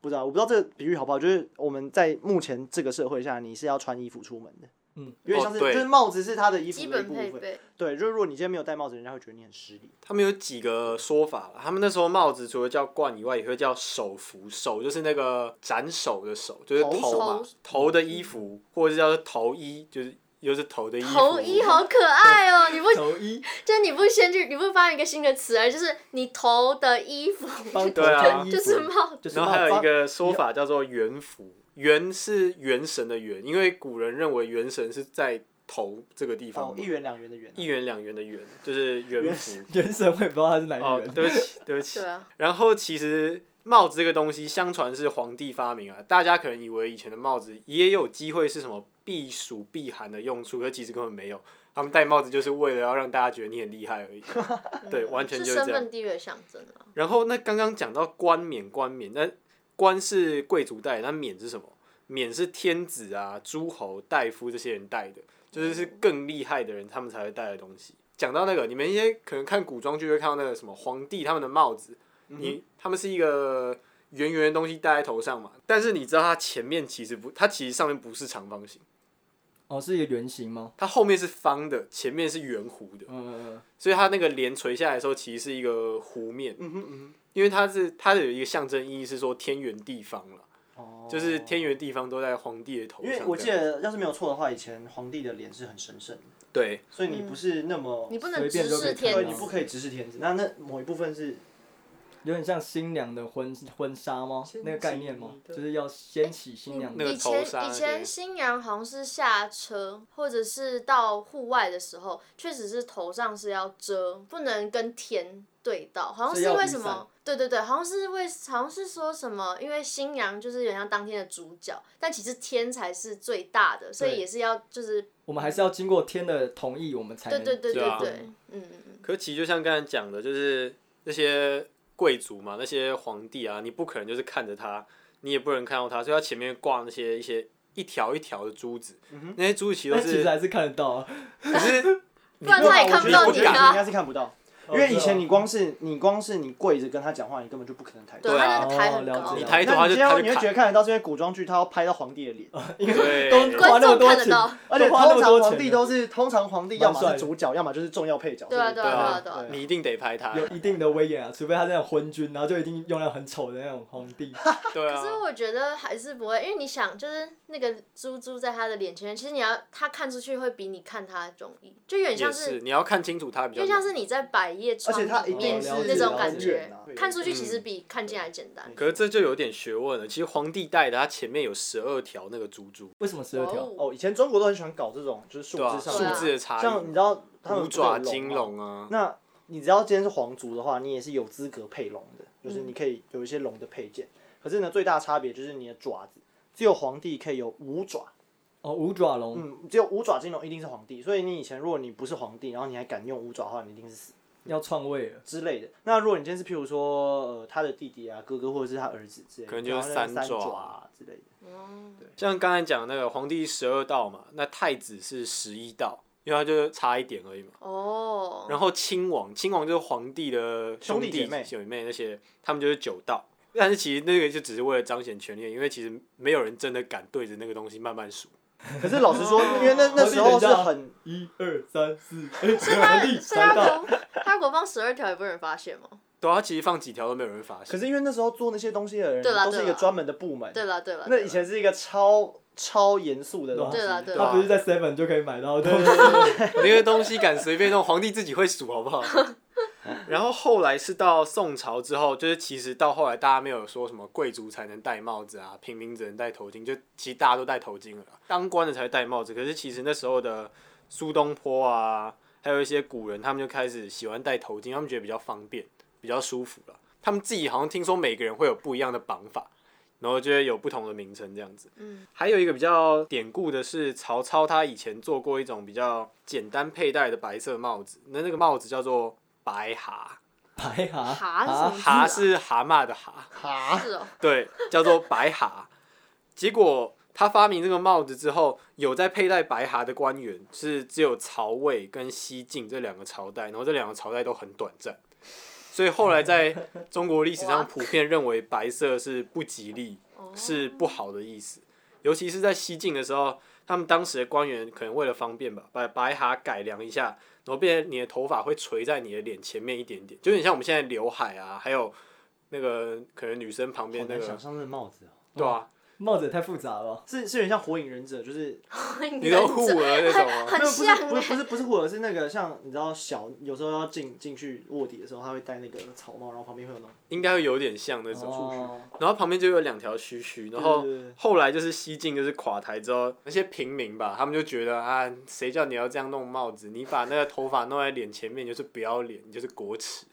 S4: 不知道，我不知道这个比喻好不好，就是我们在目前这个社会下，你是要穿衣服出门的，
S1: 嗯，
S4: 有点像是、
S2: 哦对
S4: 就是帽子是他的衣
S3: 基
S4: 服的一
S3: 本
S4: 部
S3: 配
S4: 分，
S3: 备，
S4: 对，就是如果你今天没有戴帽子，人家会觉得你很失礼。
S2: 他们有几个说法啦，他们那时候帽子除了叫冠以外，也会叫手服。手就是那个斩首的手，就是头嘛，
S3: 头
S2: 头的衣服，或者是叫做头衣，就是又是头的衣服。
S3: 头衣好可爱
S2: (laughs)
S3: 哦！你不
S1: (laughs) 头一
S3: 就你不先去，你不发明一个新的词而就是你头的衣服，
S1: 帮头
S2: 对啊
S1: 穿衣服，
S3: 就是帽，
S1: 就是
S2: 然后
S1: 帽
S2: 还有
S1: 子
S2: 一个说法叫做元服，元是元神的元，因为古人认为元神是在头这个地方
S4: 哦
S2: 嘛，，
S4: 一元两元的元啊、
S2: 一元两元的元就是元服。
S1: 原神我也不知道他是哪个
S2: 哦
S1: 人，，
S2: 对不起，对不起
S3: 对。啊，
S2: 然后其实帽子这个东西，相传是皇帝发明啊，大家可能以为以前的帽子也有机会是什么避暑避寒的用处，可其实根本没有。他们戴帽子就是为了要让大家觉得你很厉害而已。 (laughs) 对，完全
S3: 嗯是
S2: 就是
S3: 身
S2: 这样。
S3: 份地位的象征啊。
S2: 然后那刚刚讲到冠冕，冠冕，那冠是贵族戴的，那冕是什么？冕是天子啊、诸侯、大夫这些人戴的，就是是更厉害的人他们才会戴的东西。讲到那个，你们一些可能看古装剧会看到那个什么皇帝他们的帽子，你他们是一个圆圆的东西戴在头上嘛，但是你知道它前面其实不，它其实上面不是长方形，
S1: 哦，是一个圆形吗？
S2: 它后面是方的，前面是圆弧的，
S1: 嗯，
S2: 所以它那个帘垂下来的时候其实是一个弧面。
S4: 嗯哼嗯
S2: 因为它是它的有一个象征意义是说天圆地方了，
S4: 哼，哦
S2: 就是天圆地方都在皇帝的头
S4: 因为
S2: 上这样。
S4: 我记得，要是没有错的话，以前皇帝的脸是很神圣的，
S2: 对，
S4: 所以你不是那么，
S3: 你不能
S1: 随便
S3: 直
S1: 都可
S3: 视
S1: 以看
S3: 嗯天
S1: 到
S4: 对，
S3: 子，
S4: 你不可以直视天子。那那某一部分是有点像新娘的婚婚纱吗
S1: 牵？
S4: 那个概念吗
S1: 起？你的
S4: 就是要掀起新娘
S2: 那个
S4: 的
S3: 以
S2: 头
S3: 前
S2: 纱那
S3: 以
S2: 些
S3: 前新娘好像是下车或者是到户外的时候，确实是头上是要遮，不能跟天对到，好像
S4: 所以
S3: 是
S4: 要
S3: 为
S4: 雨
S3: 什
S4: 伞
S3: 么？对对对，好像是为好像是说什么，因为新娘就是有点像当天的主角，但其实天才是最大的，所以
S4: 对
S3: 也是要就是
S4: 我们还是要经过天的同意，我们才
S3: 对
S4: 能
S3: 对对
S2: 是
S3: 对
S2: 啊
S3: 对，嗯嗯嗯，
S2: 可其实就像刚才讲的，就是那些贵族嘛，那些皇帝啊，你不可能就是看着他，你也不能看到他，所以他前面挂那些一些一条一条的珠子，
S4: 嗯
S2: 那些珠子其实
S4: 但
S2: 都
S4: 其实
S2: 是，
S4: 还是看得到啊。
S2: 可是
S3: 不然他也看不到
S1: 我
S3: 你
S1: 觉得我觉得应
S3: 啊。
S1: 该是看不到，因为以
S4: 是啊
S1: 前你光是你光是你跪着跟他讲话，你根本就不可能抬头。
S3: 对，
S2: 对
S3: 他
S2: 啊
S3: 那个台
S4: 哦
S3: 很
S4: 了
S3: 高
S4: 解，
S2: 你
S4: 了
S2: 抬头
S1: 那
S2: 他就
S1: 你今天
S2: 他
S1: 你会
S2: 就
S1: 觉
S2: 砍，
S1: 得看得到，是因为古装剧他要拍到皇帝
S2: (laughs)
S1: 的脸，
S4: (laughs)
S2: 对，
S4: 都
S3: (laughs)
S4: 花那么多钱，
S1: 而且
S4: 都花
S1: 通
S4: 那么
S1: 常
S4: 多
S1: 皇
S4: 钱
S1: 帝
S4: 了
S1: 都是通常皇帝要
S4: 蛮
S1: 么
S4: 帅
S1: 是
S4: 的
S1: 主角，要么就是重要配角。
S3: 对啊
S1: 所以
S3: 对啊对
S2: 对
S3: 啊对啊，
S2: 你一定得拍他，
S4: 有一定的威严啊，除非他那种昏君，然后就一定用那种很丑的那种皇帝。
S3: (laughs)
S2: 对
S3: 可是
S2: 啊，
S3: 我觉得还是不会，因为你想，就是那个珠珠在他的脸前面，其实你要他看出去会比你看他容易，就有点
S2: 也
S3: 像
S2: 是，你要看清楚他比
S3: 因
S2: 较
S3: 为像
S2: 难。
S3: 是你在百叶
S1: 而
S3: 窗
S1: 且他一
S3: 里
S1: 定
S3: 面
S1: 是
S4: 哦了解
S3: 那种感
S1: 遥
S3: 觉
S1: 远啊，
S3: 看出去其实比看见还简单。
S2: 可是这就有点学问了。其实皇帝戴的，他前面有十二条那个珠珠，
S4: 为什么十二条？
S3: 哦
S1: 哦，以前中国都很喜欢搞这种，就是数
S2: 对吧、
S1: 字上
S2: 数
S1: 的，
S2: 字的差
S1: 像你
S2: 异，
S1: 知道他们
S2: 五
S1: 不是有
S2: 爪
S1: 龙
S2: 金
S1: 吗，
S2: 龙啊，
S1: 那你只要今天是皇族的话，你也是有资格配龙的，就是
S4: 嗯
S1: 你可以有一些龙的配件。可是呢，最大差别就是你的爪子，只有皇帝可以有五爪，
S4: 哦，五爪龙。
S1: 嗯，只有五爪金龙一定是皇帝。所以你以前如果你不是皇帝，然后你还敢用五爪的话，你一定是死
S4: 要篡位了，
S1: 之类的。那如果你今天是譬如说呃他的弟弟啊、哥哥或者是他儿子之类的，
S2: 可能就是
S1: 然后那
S2: 三
S1: 三
S2: 爪
S1: 爪啊之类的。
S2: 像刚才讲的那个皇帝十二道嘛，那太子是十一道，因为他就差一点而已嘛。
S3: 哦，
S2: 然后亲王，亲王就是皇帝的
S1: 兄弟
S2: 弟
S1: 姐妹
S2: 姐妹那些，他们就是九道。但是其实那个就只是为了彰显权力，因为其实没有人真的敢对着那个东西慢慢数。
S1: 可是老实说，因为那
S4: (laughs)
S1: 那时候是很
S4: 一二三四，哎，
S3: 所以他
S4: 皇帝
S3: 所以
S4: 来
S3: 他
S4: 到，
S3: 国他国放十二条也不会有人发现吗？
S2: 对啊，他其实放几条都没有人发
S1: 可
S2: 现。
S1: 是因为那时候做那些东西的人
S3: 对啦
S1: 都是一
S3: 对
S1: 个
S3: 啦
S1: 专门的部门，
S3: 对了对了，
S1: 那以前是一个超超严肃的东西
S3: 对。了对
S2: 吧
S4: 他
S3: 了，
S4: 不是在 Seven 就可以买到的东西。
S2: 那个东西敢随便弄，皇帝自己会数好不 (laughs) 好？然后后来是到宋朝之后，就是其实到后来大家没有说什么贵族才能戴帽子啊，平民只能戴头巾，就其实大家都戴头巾了啦，啊当官的才戴帽子。可是其实那时候的苏东坡啊，还有一些古人，他们就开始喜欢戴头巾，他们觉得比较方便，比较舒服了。他们自己好像听说每个人会有不一样的绑法，然后就会有不同的名称这样子。
S3: 嗯，
S2: 还有一个比较典故的是，曹操他以前做过一种比较简单佩戴的白色帽子，那那个帽子叫做白蛤，
S4: 白蛤，
S3: 蛤
S4: 蛤
S3: 是什么啊
S2: 蛤是蛤蟆的蛤，
S1: 哈，
S3: 是哦， (laughs)
S2: 对，叫做白蛤。结果他发明这个帽子之后，有在佩戴白蛤的官员是只有曹魏跟西晋这两个朝代，然后这两个朝代都很短暂，所以后来在中国历史
S3: 哇
S2: 上普遍认为白色是不吉利。
S3: 哦
S2: 是不好的意思。尤其是在西晋的时候，他们当时的官员可能为了方便吧，把白发改良一下，然后变成你的头发会垂在你的脸前面一点点，就有点像我们现在刘海啊，还有那个可能女生旁边那个，
S1: 象那帽子哦，
S2: 对啊，
S4: 帽子也太复杂了吧。
S1: 是是有点像火影忍者，就是
S2: 你的护额那种啊，
S1: (laughs) 没
S3: 很
S1: 有
S3: 像欸
S1: 不是不是不是不是火影，是那个像你知道小有时候要进进去卧底的时候，他会戴那个草帽，然后旁边会有那种
S2: 应该会有点像那种。
S4: 哦，
S2: 然后旁边就有两条须须，然后
S1: 对对对
S2: 后来就是西晋就是垮台之后，那些平民吧，他们就觉得啊，谁叫你要这样弄帽子？你把那个头发弄在脸前面，你就是不要脸，你就是国耻。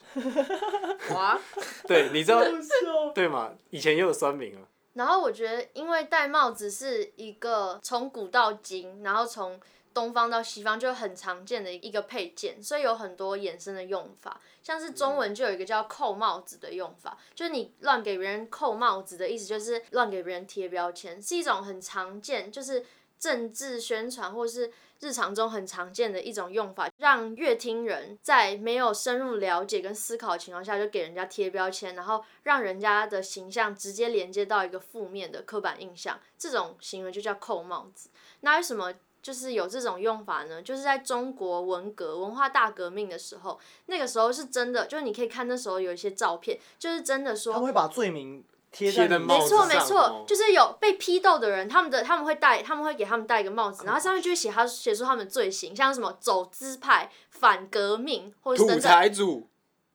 S3: 哇。
S2: 对，你知道
S4: 好笑。
S2: 对嘛？以前也有酸民
S3: (laughs)
S2: 啊，
S3: 然后我觉得，因为戴帽子是一个从古到今，然后从东方到西方就很常见的一个配件，所以有很多衍生的用法。像是中
S1: 嗯
S3: 文就有一个叫扣帽子的用法，就是你乱给别人扣帽子的意思，就是乱给别人贴标签，是一种很常见，就是政治宣传或是日常中很常见的一种用法，让乐听人在没有深入了解跟思考的情况下，就给人家贴标签，然后让人家的形象直接连接到一个负面的刻板印象，这种行为就叫扣帽子。那为什么？就是有这种用法呢，就是在中国文革文化大革命的时候，那个时候是真的，就是你可以看那时候有一些照片，就是真的说
S1: 他们会把罪名贴
S2: 贴
S1: 在
S2: 在
S1: 你
S2: 帽
S3: 没
S2: 子
S3: 错
S2: 上
S3: 没
S2: 哦
S3: 错，就是有被批斗的人，他们的他们会戴，他们会给他们戴一个
S2: 嗯
S3: 帽子，然后上面就会写他写出他们的罪行，像什么走资派、反革命或者是
S2: 土
S3: 等等。
S2: 财主，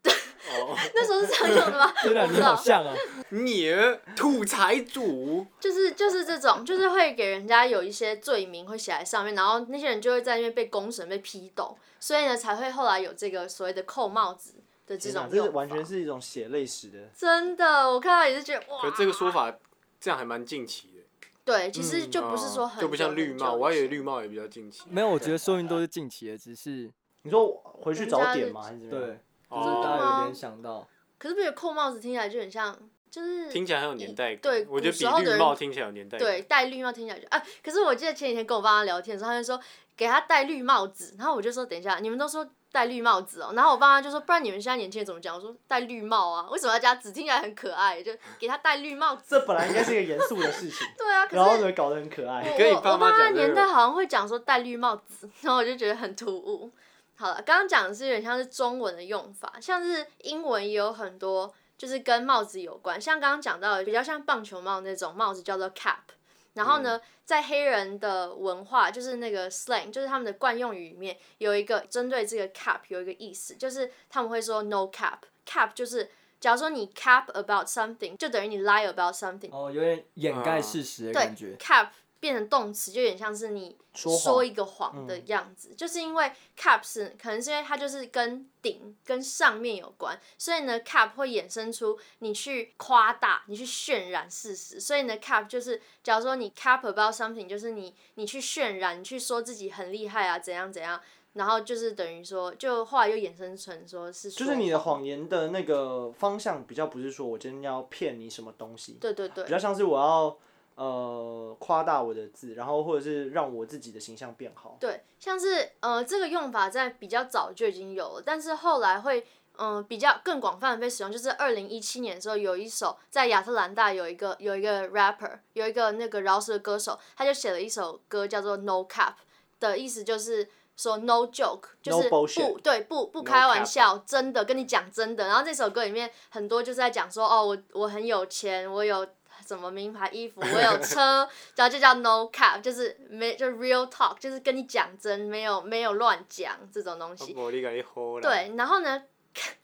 S2: 哦，
S3: 那时候是这样用的
S2: (laughs)
S3: 吗？
S4: 真的
S2: 啊
S3: 我不
S4: 你
S3: 知
S4: 好
S3: 道，
S4: 像哦，
S2: 你土财主，
S3: 就是就是这种，就是会给人家有一些罪名会写在上面，然后那些人就会在那边被公审、被批斗，所以呢才会后来有这个所谓的扣帽子的这
S1: 天哪
S3: 种
S1: 这
S3: 用
S1: 是
S3: 法。
S1: 完全是一种血泪史的。
S3: 真的，我看到也是觉得哇
S2: 可，这个说法这样还蛮近期的。
S3: 对，其实就不是
S2: 啊
S3: 说很、
S2: 就不像绿帽，我还以为绿帽也比较近期。
S4: 没有，我觉得说明都是近期的，只是
S1: 你说我回去
S3: 人家
S1: 找
S3: 是
S1: 点吗？还是怎么样？
S4: 对，就
S2: 哦
S4: 是大家有
S3: 吗
S4: 点想到，
S3: 可是不觉得扣帽子听起来就很像，就是
S2: 听起来很有年代感。
S3: 对
S2: 我觉
S3: 古时
S2: 得
S3: 候
S2: 比
S3: 的
S2: 绿
S3: 人
S2: 帽听起来有年代感。
S3: 对戴绿帽听起来就啊。可是我记得前几天跟我爸妈聊天的时候，他就说给他戴绿帽子，然后我就说等一下，你们都说戴绿帽子哦，然后我爸妈就说不然你们现在年轻人怎么讲？我说戴绿帽啊，为什么要加字？听起来很可爱，就给他戴绿帽子。，
S1: 这本来应该是一个严肃的事情
S3: 对啊，可
S1: 然后
S3: 是。
S1: 呢搞得很可爱。
S2: 你跟你
S3: 我
S2: 爸
S3: 我
S2: 妈
S3: 爸
S2: 讲
S3: 妈
S2: 这
S3: 年
S2: 个
S3: 代好像会讲说戴绿帽子，然后我就觉得很突兀。好了，刚刚讲的是有点像是中文的用法，像是英文也有很多就是跟帽子有关，像刚刚讲到的比较像棒球帽那种帽子叫做 cap。然后
S2: 嗯
S3: 呢，在黑人的文化，就是那个 slang，就是他们的惯用语里面有一个针对这个 cap 有一个意思，就是他们会说 no cap。cap 就是假如说你 cap about something，就等于你 lie about something。
S4: 哦，有点掩
S2: 嗯
S4: 盖事实的感
S3: 对
S4: 觉，
S3: cap 变成动词，就有点像是你
S1: 说
S3: 说
S1: 谎嗯
S3: 一个谎的样子，就是因为 cap 是可能是因为它就是跟顶跟上面有关，所以呢 cap 会衍生出你去夸大、你去渲染事实，所以呢 cap 就是假如说你 cap about something，就是你你去渲染，你去说自己很厉害啊，怎样怎样。然后就是等于说，就后来又衍生成说是说，
S1: 就是你的谎言的那个方向比较不是说我今天要骗你什么东西，
S3: 对对对
S1: 比，较像是我要呃夸大我的字，然后或者是让我自己的形象变好。
S3: 对，像是呃这个用法在比较早就已经有了，但是后来会嗯、呃比较更广泛的被使用，就是二零一七年的时候有一首在亚特兰大有一个有一个 rapper 有一个那个饶舌的歌手，他就写了一首歌叫做 No Cap，的意思就是。说 no joke，就是
S1: No
S3: 不
S1: bullshit
S3: 对不不
S2: No
S3: 开
S2: cap
S3: 玩笑，真的跟你讲真的。然后这首歌里面很多就是在讲说哦，我我很有钱，我有什么名牌衣服，我有车，然后就叫 no cap，就是没就 real talk，就是跟你讲真，没有没有乱讲这种东西。
S2: 哦我你给你喝了。，
S3: 对，然后呢，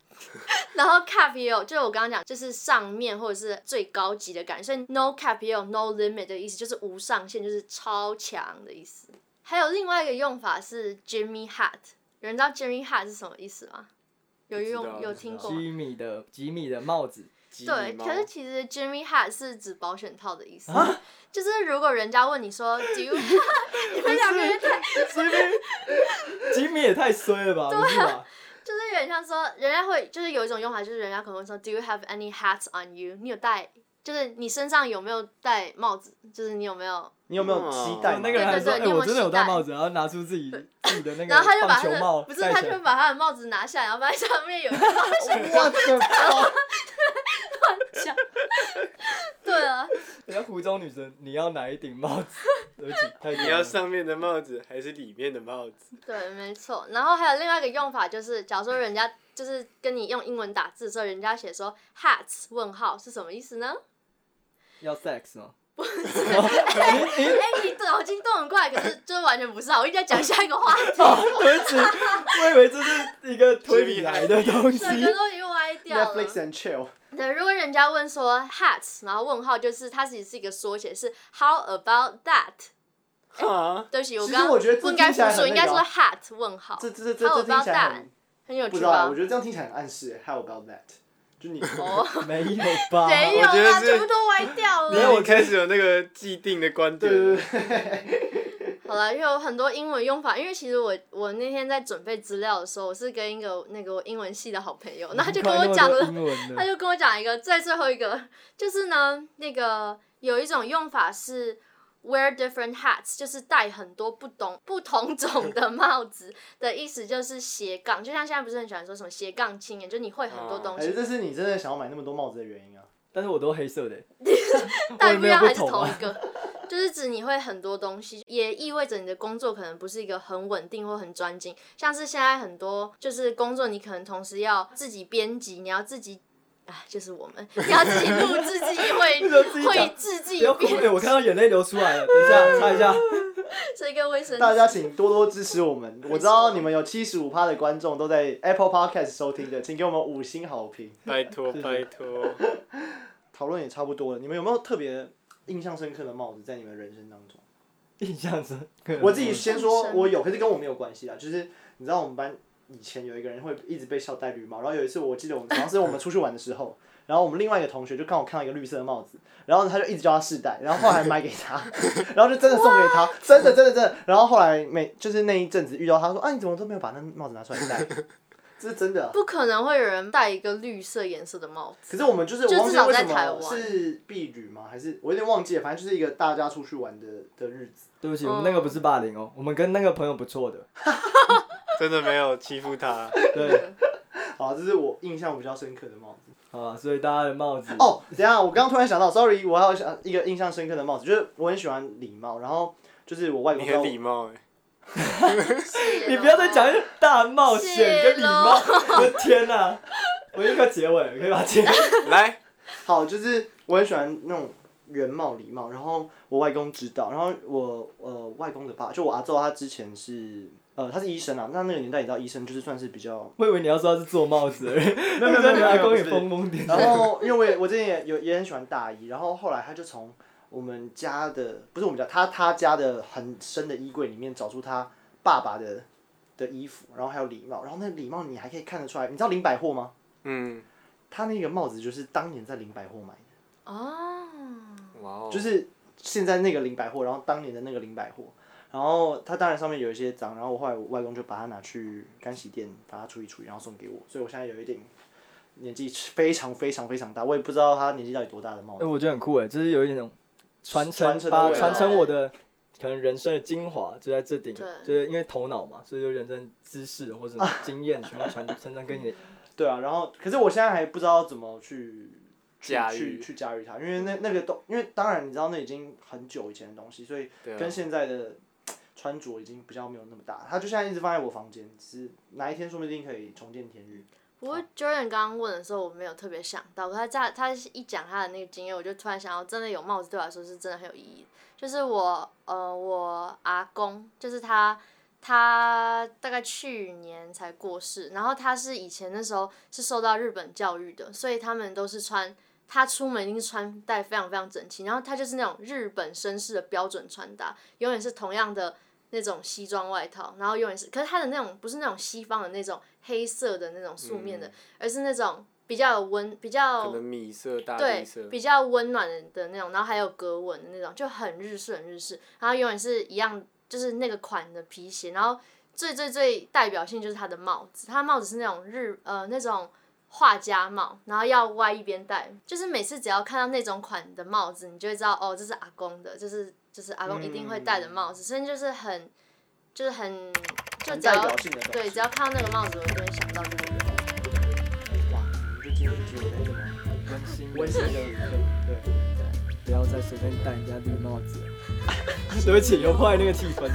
S3: (laughs) 然后 cap 也有，就是我刚刚讲，就是上面或者是最高级的感觉，所以 no cap 也有 no limit 的意思，就是无上限，就是超强的意思。还有另外一个用法是 Jimmy hat，有人知道 Jimmy hat 是什么意思吗？有
S2: 不知
S3: 用
S2: 道
S3: 有
S2: 不知
S3: 听
S2: 道
S3: 过吗？
S4: 吉米的吉米的帽
S1: (laughs)
S4: 子，
S3: 对，可是其实 Jimmy hat 是指保险套的意思，
S4: 啊
S3: 就是如果人家问你说 Do
S4: (laughs)
S3: you，你们两个人
S4: 吉米吉米也太衰了吧，
S1: 啊
S4: 不是吧？
S3: 就是有点像说，人家会就是有一种用法，就是人家可能会说 Do you have any hats on you？你有戴，就是你身上有没有戴帽子？就是你有没有？
S1: 你有没有期待
S2: 哦
S1: 嘛？
S4: 那个人还说：“哎，
S3: 对对对你有没有
S4: 我真的有
S3: 期
S4: 戴
S3: 待
S4: 帽子，然后拿出自己自己的那
S3: 然后他
S4: 个
S3: 就把
S4: 棒
S3: 他
S4: 球帽
S3: 的不是，
S4: 戴
S3: 他
S4: 起
S3: 就
S4: 来，
S3: 把他的帽子拿下来，然后发现上面
S4: (laughs)
S3: 有一个帽子
S1: 我的妈！
S3: 像。对啊，
S4: 人家湖中女神，你要哪一顶帽
S1: (laughs)
S4: 子？对不起，太多
S2: 你要
S4: 了
S2: 上面的帽子还是里面的帽
S3: (laughs)
S2: 子？
S3: 对，没错。然后还有另外一个用法，就是假如说人家就是跟你用英文打字的时候，人家写说 hats 问号是什么意思呢？
S4: 要 sex (laughs) 吗？
S3: 哎、你脑筋动很快，可是就是完全不是啊！我一直在讲下一个话
S1: (laughs)
S3: 题，
S4: 啊，对不起，我以为这是一个推理来的东
S3: (laughs)
S4: 西。
S3: 整个都已经歪掉了。
S1: Netflix and chill，
S3: 那如果人家问说 hats，然后问号就是它其实是一个缩写，是 How about that？哎
S2: 啊，
S3: 对不起，我
S1: 其
S3: 刚
S1: 实我觉
S3: 刚
S1: 得这
S3: 不应该
S1: 听起
S3: 复
S1: 来很
S3: 述，
S1: 那
S3: 应该
S1: 个
S3: 说
S1: 啊
S3: hat 问号，
S1: 这这这这
S3: How
S1: 这听
S3: about
S1: 起来
S3: that？
S1: 很
S3: 很有
S1: 不
S3: 趣
S1: 知道啊，
S3: 吧
S1: 我？觉得这样听起来很暗示。How about that？就你 (laughs)
S3: 哦，
S4: (laughs) 没有吧？
S3: 没有
S2: 我觉得
S3: 啦，
S2: 是
S3: 全部都歪掉
S2: 因为我
S3: 了。
S2: 开始有那个既定的观
S1: 对
S2: 点。
S1: 对对，
S3: 好了，因为有很多英文用法，因为其实我我那天在准备资料的时候，我是跟一个那个我英文系的好朋友，然后他就跟
S4: 快那
S3: 我
S4: 么
S3: 讲
S4: 多
S3: 了
S4: 英文
S3: 他
S4: 的，
S3: 就跟我讲一个，在最后一个就是呢，那个有一种用法是 wear different hats，就是戴很多不同不同种
S4: (laughs)
S3: 的帽子的意思，就是斜杠，就像现在不是很喜欢说什么斜杠青年，就你会很多东
S4: 哦
S1: 哎，
S3: 西，
S1: 这是你真的想要买那么多帽子的原因啊！
S4: 但是我都黑色
S1: (laughs)
S4: 的，
S3: 但
S4: 也
S3: 不
S4: 没
S3: 一
S4: 有
S3: 样还
S4: 不
S3: 是
S4: 同
S3: 同一
S4: 啊。
S3: 个。就是指你会很多东西，也意味着你的工作可能不是一个很稳定或很专精。像是现在很多就是工作，你可能同时要自己编辑，你要自己，哎，就是我们，你要自己录制自己
S4: (laughs)
S3: 会
S4: 不能自己讲
S3: 会自己 (laughs)
S4: 不要哭，
S3: 编
S1: 哎
S4: (laughs) 哎，我看到眼泪流出来了。等一下，擦一下。
S3: 这个卫生
S1: 大家
S3: 纸。
S1: 请多多支持我们。我知道你们有七十五趴的观众都在 Apple Podcast 收听的，请给我们五星好评。
S2: 拜托拜托。
S3: (laughs)
S1: 讨论也差不多了，你们有没有特别印象深刻的帽子在你们人生当中？
S4: 印象深刻。
S1: 我自己先说
S3: 印象，深
S1: 我有，可是跟我没有关系啊。就是你知道我们班以前有一个人会一直被笑戴绿帽，然后有一次我记得我们好像是我们出去玩的时候，然后我们另外一个同学就看我看到一个绿色的帽子，然后他就一直叫他试戴，然后后来还买给他， (laughs) 然后就真的送给他，真的真的真的。然后后来每就是那一阵子遇到他说，啊你怎么都没有把那帽子拿出来戴？ (laughs) 这是真的啊、
S3: 不可能会有人戴一个绿色颜色的帽子。
S1: 可是我们就是
S3: 就
S1: 我忘
S3: 至
S1: 记
S3: 少
S1: 为
S3: 在
S1: 什
S3: 台
S1: 么
S3: 湾
S1: 是避旅吗？还是我有点忘记了，反正就是一个大家出去玩的的日子。
S4: 对不起，我们那个不是霸凌哦，我们跟那个朋友不错的。
S2: 真的没有欺负他。
S4: 对，
S3: 嗯
S1: 好，这是我印象比较深刻的帽子。
S4: 好啊，所以大家的帽子
S1: 哦，等一下，我刚刚突然想到，sorry，我还有想一个印象深刻的帽子，就是我很喜欢礼帽，然后就是我外公
S2: 你
S1: 知道
S2: 很
S1: 我
S2: 礼貌
S3: (laughs)
S2: 哎、
S4: (laughs) 你不要再讲一些大冒
S3: 谢
S4: 险跟礼貌，我的天哪、我一个结尾，可以把它结。
S2: 来，
S1: 好，就是我很喜欢那种圆帽礼帽，然后我外公知道，然后我呃外公的爸，就我阿昼，他之前是呃他是医生啊，那那个年代你知道医生就是算是比较
S4: 我以为你要说他是做帽子而已，
S1: (laughs) 没有
S4: (laughs)
S1: 没有没有
S4: 你阿公也
S1: 不是
S4: 疯疯癫癫。
S1: (laughs) 然后因为我也我之前也有也很喜欢大衣，然后后来他就从我们家的不是我们家他他家的很深的衣柜里面找出他爸爸的的衣服，然后还有礼帽，然后那礼帽你还可以看得出来，你知道林百货吗？
S2: 嗯，
S1: 他那个帽子就是当年在林百货买的，
S3: 哦，
S2: 哇哦，
S1: 就是现在那个林百货，然后当年的那个林百货。然后它当然上面有一些脏，然后我后来我外公就把它拿去干洗店把它处理处理，然后送给我，所以我现在有一点年纪非常非常非常大，我也不知道他年纪到底多大的 (laughs) 帽子。
S4: 哎，我觉得很酷哎，就是有一种传
S1: 传
S4: 承，
S1: 承的
S4: 把
S1: 味道
S4: 传承我的可能人生的精华就在这顶
S3: 对，
S4: 就是因为头脑嘛，所以就人生知识或者经验全部传传承给你。
S1: 啊 (laughs) 对啊，然后可是我现在还不知道怎么去去
S2: 驾驭
S1: 去去驾驭它，因为那那个东，因为当然你知道那已经很久以前的东西，所以
S2: 对啊
S1: 跟现在的穿着已经比较没有那么大。它就现在一直放在我房间，只是哪一天说不定可以重见天日。
S3: 不过 Jordan 刚刚问的时候，我没有特别想到，可他在他一讲他的那个经验，我就突然想到，真的有帽子对我来说是真的很有意义。就是我呃，我阿公，就是他，他大概去年才过世，然后他是以前那时候是受到日本教育的，所以他们都是穿。他出门一定是穿戴非常非常整齐，然后他就是那种日本绅士的标准穿搭，永远是同样的那种西装外套，然后永远是，可是他的那种不是那种西方的那种黑色的那种素面的，而是那种比较有温比较
S2: 嗯可能米色、大
S3: 对
S2: 地色，
S3: 比较温暖的的那种，然后还有格纹的那种，就很日式很日式，然后永远是一样，就是那个款的皮鞋，然后最最最代表性就是他的帽子，他的帽子是那种日呃那种画家帽，然后要歪一边戴，就是每次只要看到那种款的帽子，你就会知道哦，这是阿公的，就是就是阿公一定会戴的帽子，所以就是很就是很就
S1: 嗯很
S3: 只
S1: 代
S3: 要
S1: 表性的东西
S3: 对只要看到那个帽子，我就会想到这个人。
S1: 哇，就今天结尾怎么
S4: 温馨
S1: 温馨的？对对。
S4: 不要再随便戴人家绿帽
S1: (laughs)
S4: 子了。对不起，又破坏那个气氛。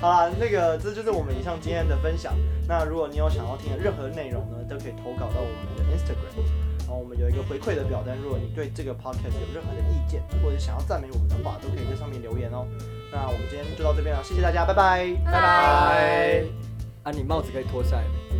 S1: 好啦，那个这就是我们以上今天的分享。那如果你有想要听的任何内容呢，都可以投稿到我们的 Instagram。然后我们有一个回馈的表单，如果你对这个 podcast 有任何的意见，或者想要赞美我们的话，都可以在上面留言哦。那我们今天就到这边了，谢谢大家，拜拜，
S3: 拜拜
S4: 啊，你帽子可以脱下来吗？